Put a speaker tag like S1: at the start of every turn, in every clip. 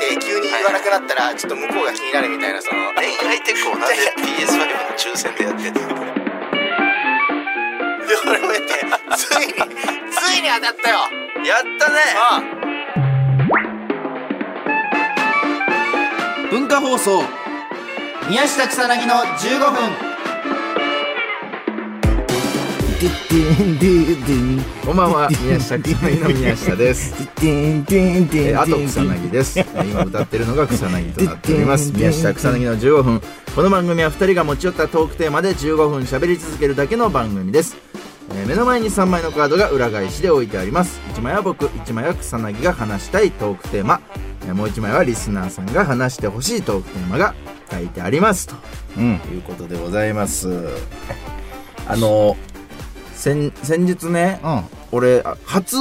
S1: がなくなったらちょっと向こうが気になるみたいなその
S2: 恋愛ってこうなんで PS5 の抽選でやってんの
S1: それを得てついについに当たったよ
S2: やったね
S1: ああ
S3: 文化放送
S1: 宮下草薙の15分
S3: こんばんは 宮下草薙の宮下ですえーあと草薙ですえー今歌ってるのが草薙となっております宮下草薙の15分この番組は2人が持ち寄ったトークテーマで15分喋り続けるだけの番組です、えー目の前に3枚のカードが裏返しで置いてあります1枚は僕1枚は草薙が話したいトークテーマえーもう1枚はリスナーさんが話してほしいトークテーマが書いてありますと
S4: うん
S3: ということでございますあの先先日ね
S4: うん
S3: 俺あ初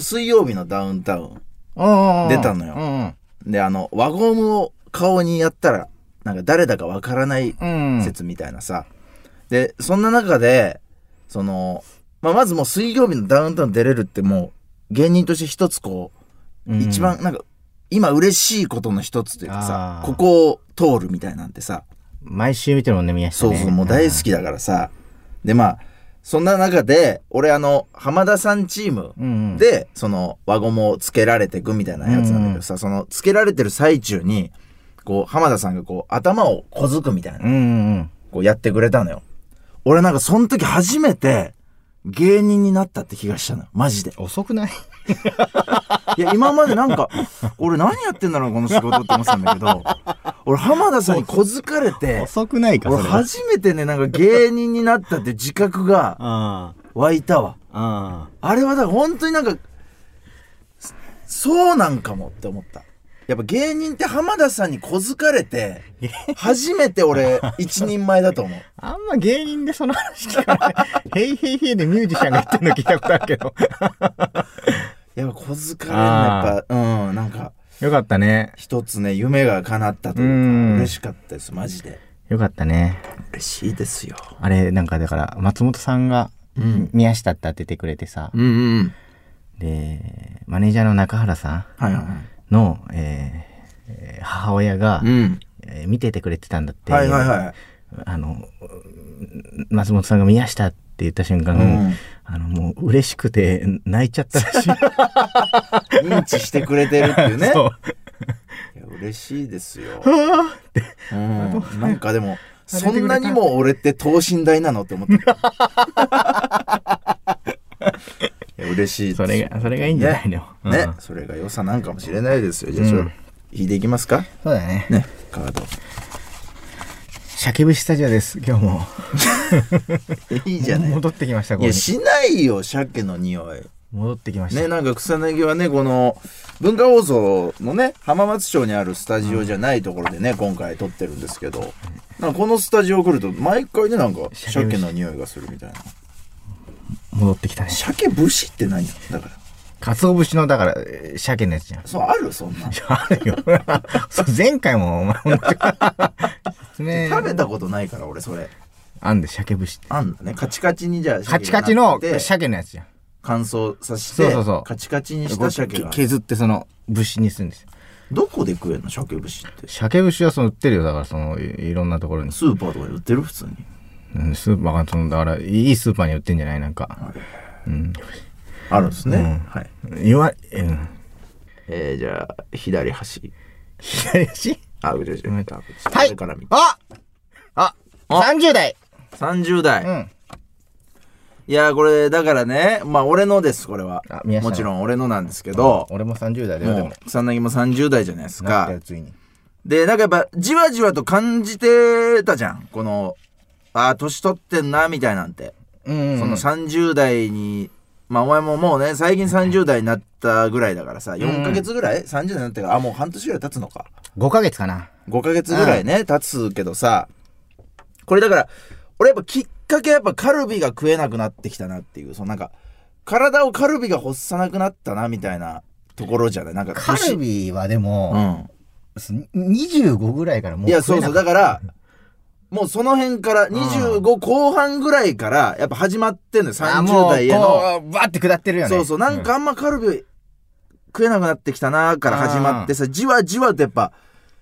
S3: 水曜日のダウンタウン
S4: うんうん
S3: 出たのよ
S4: うん
S3: であの輪ゴムを顔にやったらなんか誰だかわからない
S4: うんうん
S3: 説みたいなさ、でそんな中でその、まあ、まずもう水曜日のダウンタウン出れるってもう芸人として一つこう、
S4: うん
S3: 一番なんか今嬉しいことの一つというかさ
S4: あー
S3: ここを通るみたいなんてさ
S4: 毎週見てるもんね宮下
S3: そう
S4: ね
S3: そう、もう大好きだからさ。で、まあ、そんな中で、俺、あの、浜田さんチーム
S4: うんうん
S3: で、その、輪ゴムをつけられてくみたいなやつなんだけどさ、その、つけられてる最中に、こう、浜田さんがこう、頭を小づくみたいな
S4: う、んうんうん
S3: こうやってくれたのよ。俺なんか、その時初めて、芸人になったって気がしたのよ。マジで。
S4: 遅くない
S3: いや、今までなんか、俺何やってんだろう、この仕事って思ってたんだけど、俺浜田さんに小づかれて、
S4: 遅くないかそ
S3: 俺
S4: れは
S3: 初めてね、なんか芸人になったって自覚が、
S4: あ
S3: 湧いたわ
S4: ああ
S3: あれはだから本当になんかそそうなんかもって思ったやっぱ芸人って浜田さんに小づかれて 初めて俺一人前だと思う
S4: ああんま芸人でその話聞か ない。へいへいへいでミュージシャンが言ってるの聞いたことあるけど。
S3: やっぱ小づかれるのやっぱうんなんか
S4: よかったね。
S3: 一つね夢が叶ったといううんか嬉しかったですマジで
S4: よかったね。
S3: 嬉しいですよ
S4: あれ、なんかだから、松本さんが
S3: うん
S4: 宮下って当ててくれてさ、
S3: うんうん
S4: で、マネージャーの中原さ
S3: はいはい
S4: んの、えーえー母親が、
S3: うん
S4: えー見ててくれてたんだって。
S3: はいはい はい
S4: あの、うん松本さんが宮下って言った瞬間、
S3: うん
S4: あの、もう嬉しくて泣いちゃったらしい。
S3: 認知してくれてるって いう ね
S4: そう
S3: いや嬉しいです よ。うん、なんかでも、そんなにも俺って等身大なのって思ってる。 いや嬉しいです
S4: それが、それがいいんじゃないの、うん
S3: ね、それが良さなんかもしれないですよ。じゃあ、ちょっと引いていきますか。
S4: そうだね。
S3: ね、カード。
S4: 叫ぶスタジオです、今日も。
S3: いいじゃない。
S4: 戻ってきました、こ
S3: い
S4: こ
S3: や、
S4: に。
S3: しないよ、鮭の匂い。
S4: 戻ってきました。
S3: ね、なんか草薙はね、この文化放送のね、浜松町にあるスタジオじゃないところでね、今回撮ってるんですけど、なんかこのスタジオ来ると、毎回ね、なんか鮭の匂いがするみたいな。
S4: 戻ってきたね。
S3: 鮭節って何やだから。
S4: 鰹節の、だから、えー鮭のやつ じゃん。
S3: そう、あるそんな。
S4: あるよ。そう前回も、お前、 同じ説明
S3: 食べたことないから、俺それ。
S4: あんで、鮭節って。
S3: あんだね。カチカチにじゃあ、
S4: カチカチの
S3: 鮭がなって
S4: 鮭のやつじゃん。
S3: 乾燥させ
S4: そう
S3: て
S4: そうそう、
S3: カチカチにし
S4: こ
S3: た
S4: う
S3: 鮭が。
S4: け削って、その、節にするんですよ。
S3: どこで食えんの鮭節って。
S4: 鮭節は、その、売ってるよ。だから、その、いいろんなところに。
S3: スーパーとかで売ってる普通に。
S4: うんスーパーが、その、だから、いいスーパーに売ってんじゃないなんか。うん。
S3: あるんですね。
S4: うん
S3: はい。
S4: 言わ、うん。
S3: えー、じゃあ、左端。
S4: 左足
S3: あ、うれしい。
S4: ん
S3: はから見て
S4: ああ !30 代
S3: 30代。
S4: うん。
S3: いやー、これ、だからね、まあ、俺のです、これは
S4: あ。宮下の
S3: もちろん俺のなんですけど、
S4: 俺も30代だよ、で
S3: も
S4: も。
S3: う、草薙も30代じゃないです
S4: なっ
S3: か
S4: た。よ、ついに。
S3: で、なんかやっぱ、じわじわと感じてたじゃん。この、ああ、年取ってんな、みたいなんて。
S4: うんうんうん。
S3: その30代に、まあ、お前ももうね、最近30代になったぐらいだからさ、4ヶ月ぐらい ?30 代になってから、あ、もう半年ぐらい経つのか。
S4: 5ヶ月かな。
S3: 5ヶ月ぐらいね、経つけどさ、これだから、俺やっぱきっかけはやっぱカルビが食えなくなってきたなっていう、そのなんか、体をカルビが欲さなくなったなみたいなところじゃないなんか
S4: カル
S3: ビ
S4: ビはで
S3: う
S4: も、
S3: ん。
S4: 25ぐらいからもう
S3: いや、
S4: 食
S3: そ
S4: え
S3: う
S4: な
S3: そ
S4: か
S3: う。
S4: った
S3: だから、もうその辺から25後半ぐらいから、やっぱ始まってんのよ、
S4: あも
S3: 30
S4: う
S3: 代への。
S4: こうバーって下ってるよね。
S3: そうそう、なんかあんまカルビ食えなくなってきたなから始まってさ、じわじわとやっぱ、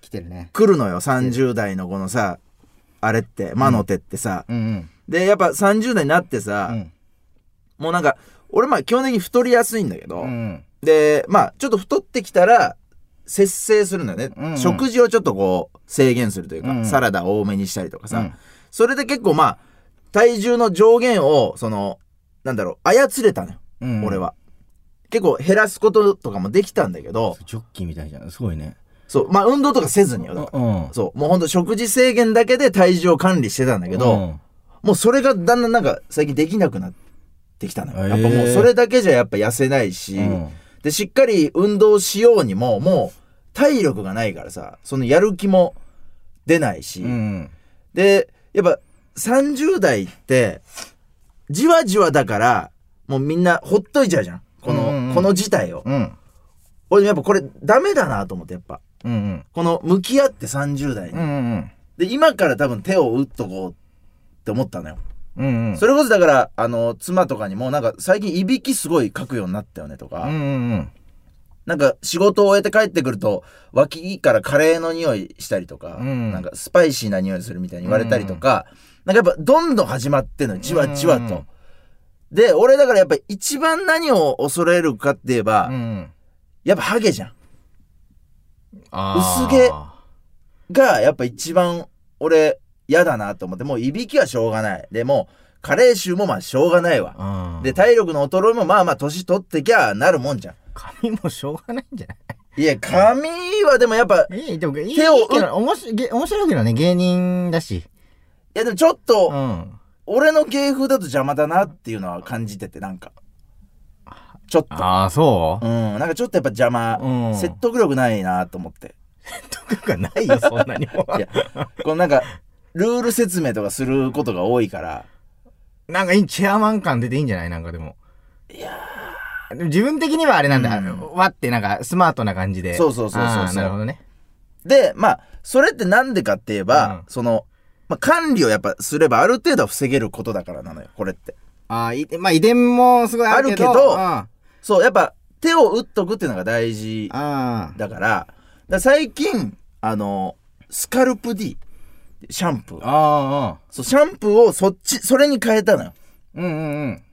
S4: 来てるね。
S3: 来るのよ30代のこのさあれって魔の手ってさ、
S4: うんうん。
S3: でやっぱ30代になってさ、
S4: うん
S3: もうなんか俺まあ基本的に太りやすいんだけど、
S4: うん。
S3: でまあちょっと太ってきたら節制するんだよね、
S4: うんうん
S3: 食事をちょっとこう制限するというか、
S4: うん
S3: サラダ多めにしたりとかさ、
S4: うん
S3: それで結構まあ体重の上限をそのなんだろう操れたのよ、
S4: うん
S3: 俺は結構減らすこととかもできたんだけど
S4: ジョッキーみたいじゃん。すごいね。
S3: そうまあ運動とかせずによだから
S4: うん。
S3: そうもうほんと食事制限だけで体重を管理してたんだけど、
S4: うん
S3: もうそれがだんだんなんか最近できなくなってきたのよ、
S4: へー
S3: やっぱもうそれだけじゃやっぱ痩せないし、
S4: うん
S3: でしっかり運動しようにももう体力がないからさそのやる気も出ないし、
S4: うん。
S3: でやっぱ30代ってじわじわだからもうみんなほっといちゃうじゃんこの、
S4: うんうん
S3: この事態を
S4: うん。
S3: 俺やっぱこれダメだなと思ってやっぱ
S4: うんうん。
S3: この向き合って30代に、
S4: うんうん。
S3: で今から多分手を打っとこうって思ったのよ
S4: うんうん。
S3: それこそだからあの妻とかにもなんか最近いびきすごいかくようになったよねとか、
S4: うんうんうん。
S3: なんか仕事を終えて帰ってくると脇からカレーの匂いしたりとか、
S4: うん
S3: なんかスパイシーな匂いするみたいに言われたりとか、なんかやっぱどんどん始まってんのじわじわと。
S4: うん
S3: で、俺だからやっぱ一番何を恐れるかって言えば、
S4: うん。
S3: やっぱハゲじゃん。
S4: あー
S3: 薄毛がやっぱ一番俺嫌だなと思って、もういびきはしょうがない。でもうカレー臭もまあしょうがないわ。
S4: うん。
S3: で、体力の衰えもまあまあ年取ってきゃなるもんじゃん。
S4: 髪もしょうがないんじゃない
S3: いや、髪はでもやっぱ、い
S4: いい、でも、いい、
S3: 手を
S4: いいけど、面白いげ、面白いけどね、芸人だし。
S3: やでもちょっと、
S4: うん。
S3: 俺の芸風だと邪魔だなっていうのは感じててなんかちょっと
S4: ああ、そ
S3: うんなんかちょっとやっぱ邪魔、
S4: うん
S3: 説得力ないなと思って
S4: うとかないよ、そんなにも。
S3: いやこのなんかルール説明とかすることが多いから
S4: なんかいい、チェアマン感出ていいんじゃないなんかでも。いや自分的にはあれなんだ。
S3: うん
S4: わってなんか、スマートな感じで。
S3: そうそうそうそうそう
S4: あーなるほどね。
S3: でまあそれってなんでかって言えば、
S4: うん
S3: その、まあ、管理をやっぱすればある程度は防げることだからなのよこれって
S4: ああ、い、まあ遺伝もすごいあるけど。
S3: あるけど
S4: うんあ
S3: そうやっぱ手を打っとくっていうのが大事
S4: あ。
S3: だからだから最近あのスカルプ D シャンプー
S4: ああ、
S3: そうシャンプーをそっちそれに変えたのよ
S4: うんうんうん。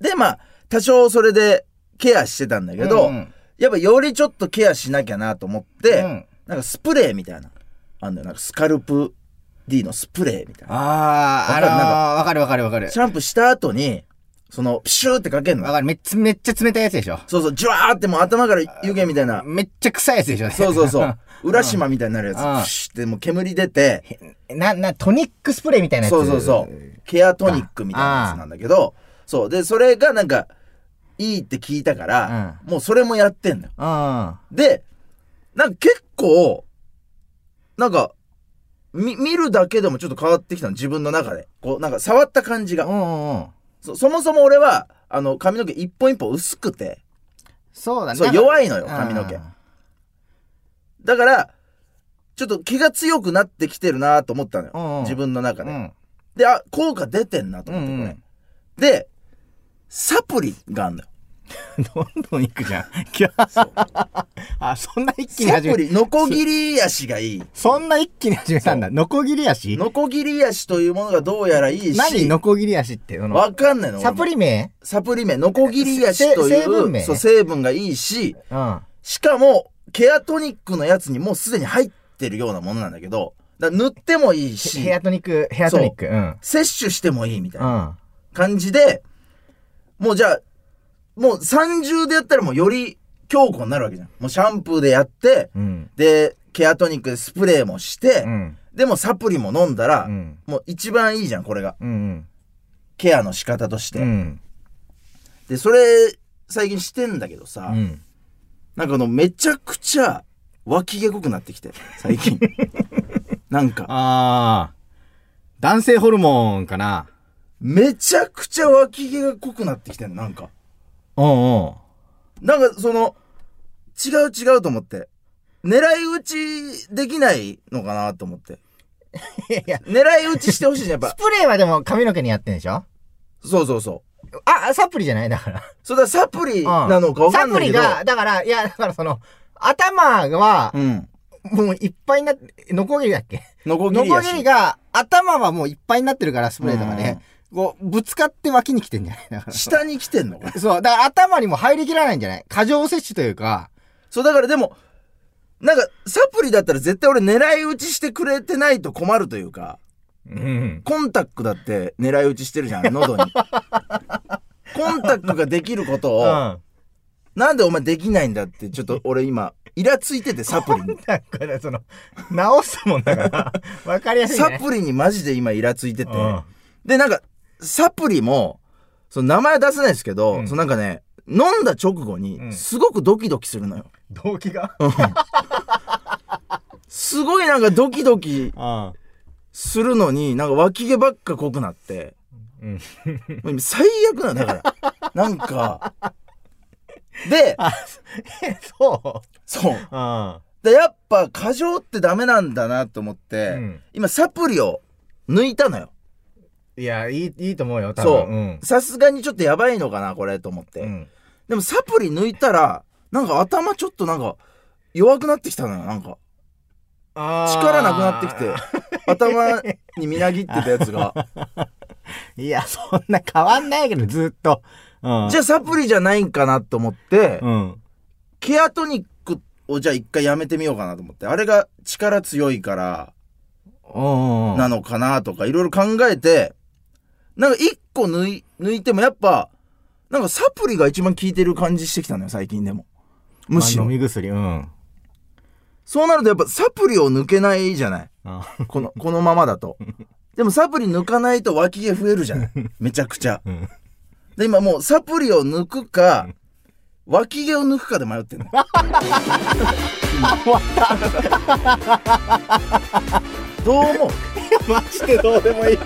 S3: でまあ多少それでケアしてたんだけど、
S4: うんうん
S3: やっぱよりちょっとケアしなきゃなと思って、
S4: うん
S3: なんかスプレーみたいなあんだよなんかスカルプ D のスプレーみたいな
S4: ああ、あ
S3: わかる
S4: のー
S3: なんか
S4: わかるわかるわかる。
S3: シャンプーした後にそのピシューってかける
S4: わ
S3: の
S4: かる。めっちゃ、めっちゃ冷たいやつでしょ。
S3: そうそうジュワーってもう頭から湯気みたいな
S4: めっちゃ臭いやつでしょ。
S3: そうそう そう浦島みたいになる
S4: うん
S3: やつピシューってもう煙出て
S4: な、な、トニックスプレーみたいなやつ。
S3: そうそうそう。ケアトニックみたいなやつなんだけど、そう。で、それがなんか、いいって聞いたから、もうそれもやってんのよ。
S4: うん。
S3: で、なんか結構、なんか、み、見るだけでもちょっと変わってきたの、自分の中で。こう、なんか触った感じ
S4: う
S3: が。
S4: んうん。
S3: そそもそも俺は、あの、髪の毛一本一本薄くて、
S4: そうだね。
S3: そう
S4: なんか
S3: 弱いのよ髪の毛
S4: うん
S3: だから、ちょっと気が強くなってきてるなと思ったの
S4: うんう
S3: よ
S4: ん。
S3: 自分の中
S4: う
S3: で。
S4: ん。
S3: で、あ、効果出てんなと思って、これ。で、サプリがあんのよ。
S4: どんどんいくじゃん。 あ、そんな一気に
S3: サ
S4: 始め
S3: プリ、ノコギリ足がいい。
S4: そんな一気に始めたんだ。ノコギリ足
S3: ノコギリ足というものがどうやらいいし、
S4: 何ノコギリ足って。その
S3: わかんないの。
S4: サプ
S3: 俺も
S4: リ名
S3: サプリ名、ノコギリ足という
S4: せ成分名
S3: そう成分がいいし、
S4: うん。
S3: しかも、ケアトニックのやつにもうすでに入ってるようなものなんだけど、だから塗ってもいいし、
S4: ヘアトニック、ヘアトニック。うん。。
S3: 摂取してもいいみたいうなん感じで、もうじゃあ、もう30でやったらもうより強固になるわけじゃん。もうシャンプーでやって、
S4: うん。
S3: で、ケアトニックでスプレーもして、
S4: うん。
S3: でもサプリも飲んだら、
S4: うん
S3: もう一番いいじゃん、これが。
S4: うん。
S3: ケアの仕方として。
S4: うん。
S3: で、それ、最近してんだけどさ、
S4: うん。
S3: なんかあの、めちゃくちゃ、脇毛濃くなってきて、最 近。なんか、
S4: あー。男性ホルモンかな。
S3: めちゃくちゃ脇毛が濃くなってきてんの、なんか。
S4: うんうん。
S3: なんか、その、違う違うと思って。狙い撃ちできないのかなと思って。
S4: いやいや、
S3: 狙い撃ちしてほしいじゃん、やっ
S4: ス
S3: ぱ。
S4: プレーはでも髪の毛にやってんでしょ
S3: そうそうそう。
S4: あ、サプリじゃないだから。
S3: それはサプリ
S4: うん
S3: なのかわかんないけど。
S4: サプリが、だから、いや、だからその、頭は、
S3: うん。
S4: もういっぱいになって、ノコギリだっけ
S3: ノコギ
S4: ノ
S3: リ
S4: コ
S3: や
S4: ギリ
S3: し。
S4: が、頭はもういっぱいになってるから、スプレーとかね。こう、ぶつかって脇に来てんじゃないだか
S3: 下に来てんの
S4: ら。そう。だから頭にも入りきらないんじゃない過剰摂取というか。
S3: そう、だからでも、なんか、サプリだったら絶対俺狙い撃ちしてくれてないと困るというか、
S4: うん。
S3: コンタックだって狙い撃ちしてるじゃ ん、喉に。コンタックができること
S4: う
S3: を、
S4: ん。
S3: なんでお前できないんだって、ちょっと俺今、イラついててサ プリに。
S4: だから、その、直すもんだから、 わかりやすい
S3: サ
S4: ね。
S3: プリにマジで今イラついてて。
S4: うん
S3: で、なんか、サプリも、その名前は出せないですけど、
S4: うん
S3: そのなんかね、飲んだ直後
S4: う
S3: に、
S4: ん
S3: すごくドキドキするのよ。
S4: 動機が
S3: すごいなんかドキドキ
S4: あ
S3: するのに、なんか脇毛ばっか濃くなって。
S4: うん。
S3: もう今最悪なのだから。なんか。で、
S4: あ、え、そ
S3: そう。
S4: う。あ
S3: でやっぱ過剰ってダメなんだなと思って、
S4: うん
S3: 今サプリを抜いたのよ。
S4: いや、いい、いいと思うよ、多分。
S3: そう
S4: うん。。
S3: さすがにちょっとやばいのかな、これ、と思って。
S4: うん。
S3: でもサプリ抜いたら、なんか頭ちょっとなんか、弱くなってきたのよ、なんか。力なくなってきて、頭にみなぎってたやつが。
S4: て。いや、そんな変わんないけど、ずっと。うん。
S3: じゃあサプリじゃないんかなと思って、
S4: うん。
S3: ケアトニックをじゃあ一回やめてみようかなと思って、あれが力強いから
S4: お
S3: なのかなとか、いろいろ考えて、なんか一個抜い、抜いてもやっぱ、なんかサプリが一番効いてる感じしてきたのよ、最近でも。むしろ
S4: 飲。み薬、 うん。
S3: そうなるとやっぱサプリを抜けないじゃない。
S4: あ
S3: この、このままだと。でもサプリ抜かないと脇毛増えるじゃない。めちゃくちゃ。
S4: ん
S3: で、今もうサプリを抜くか、脇毛を抜くかで迷ってるの。どう思う
S4: マジでどうでもいい。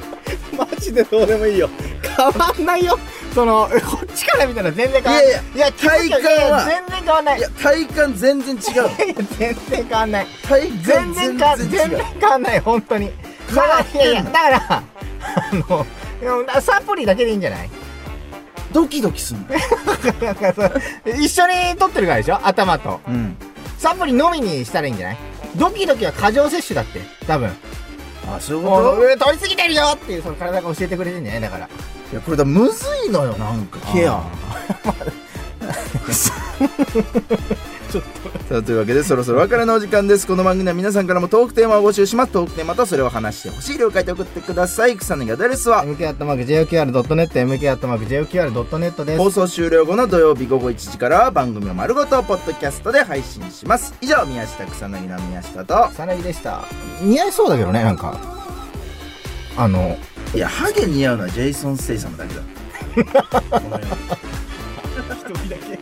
S4: マジでどうでもいいよ。変わんないよ。その、こっちから見たら全然変わんない。
S3: いやいや
S4: いや、気づきゃ
S3: 体感はい
S4: や全然変わんない。
S3: い
S4: いや
S3: や、体感全然違う。
S4: 全然変わんない。
S3: 体感
S4: 全然か全
S3: 全然違
S4: 然
S3: う。
S4: 変わんない本当にだ
S3: 変
S4: か
S3: わ
S4: ら
S3: っ
S4: い
S3: てん
S4: や
S3: の
S4: いやだからあのうんサプリだけでいいんじゃない
S3: ドキドキするの。
S4: なんかそう一緒に取ってるからでしょ頭と
S3: うん。
S4: サプリのみにしたらいいんじゃないドキドキは過剰摂取だって多分
S3: あ、そういう
S4: もう
S3: こ
S4: 上取りすぎてるよっていうその体が教えてくれてんじゃないだから
S3: といや、これだ、むずいのよ、なんか、ケア。さあというわけでそろそろお別れのお時間ですこの番組では皆さんからもトークテーマを募集しますトークテーマとそれを話してほしい了解で送ってください草薙アドレスは
S4: MK.JOQR.net MK.JOQR.net です
S3: 放送終了後の土曜日午後1時からは番組を丸ごとポッドキャストで配信します以上宮下草薙の宮下と
S4: さなぎでした似合いそうだけどねなんかあの
S3: いやハゲ似合うのはジェイソン・ステイサムだけだ
S4: 一人だけ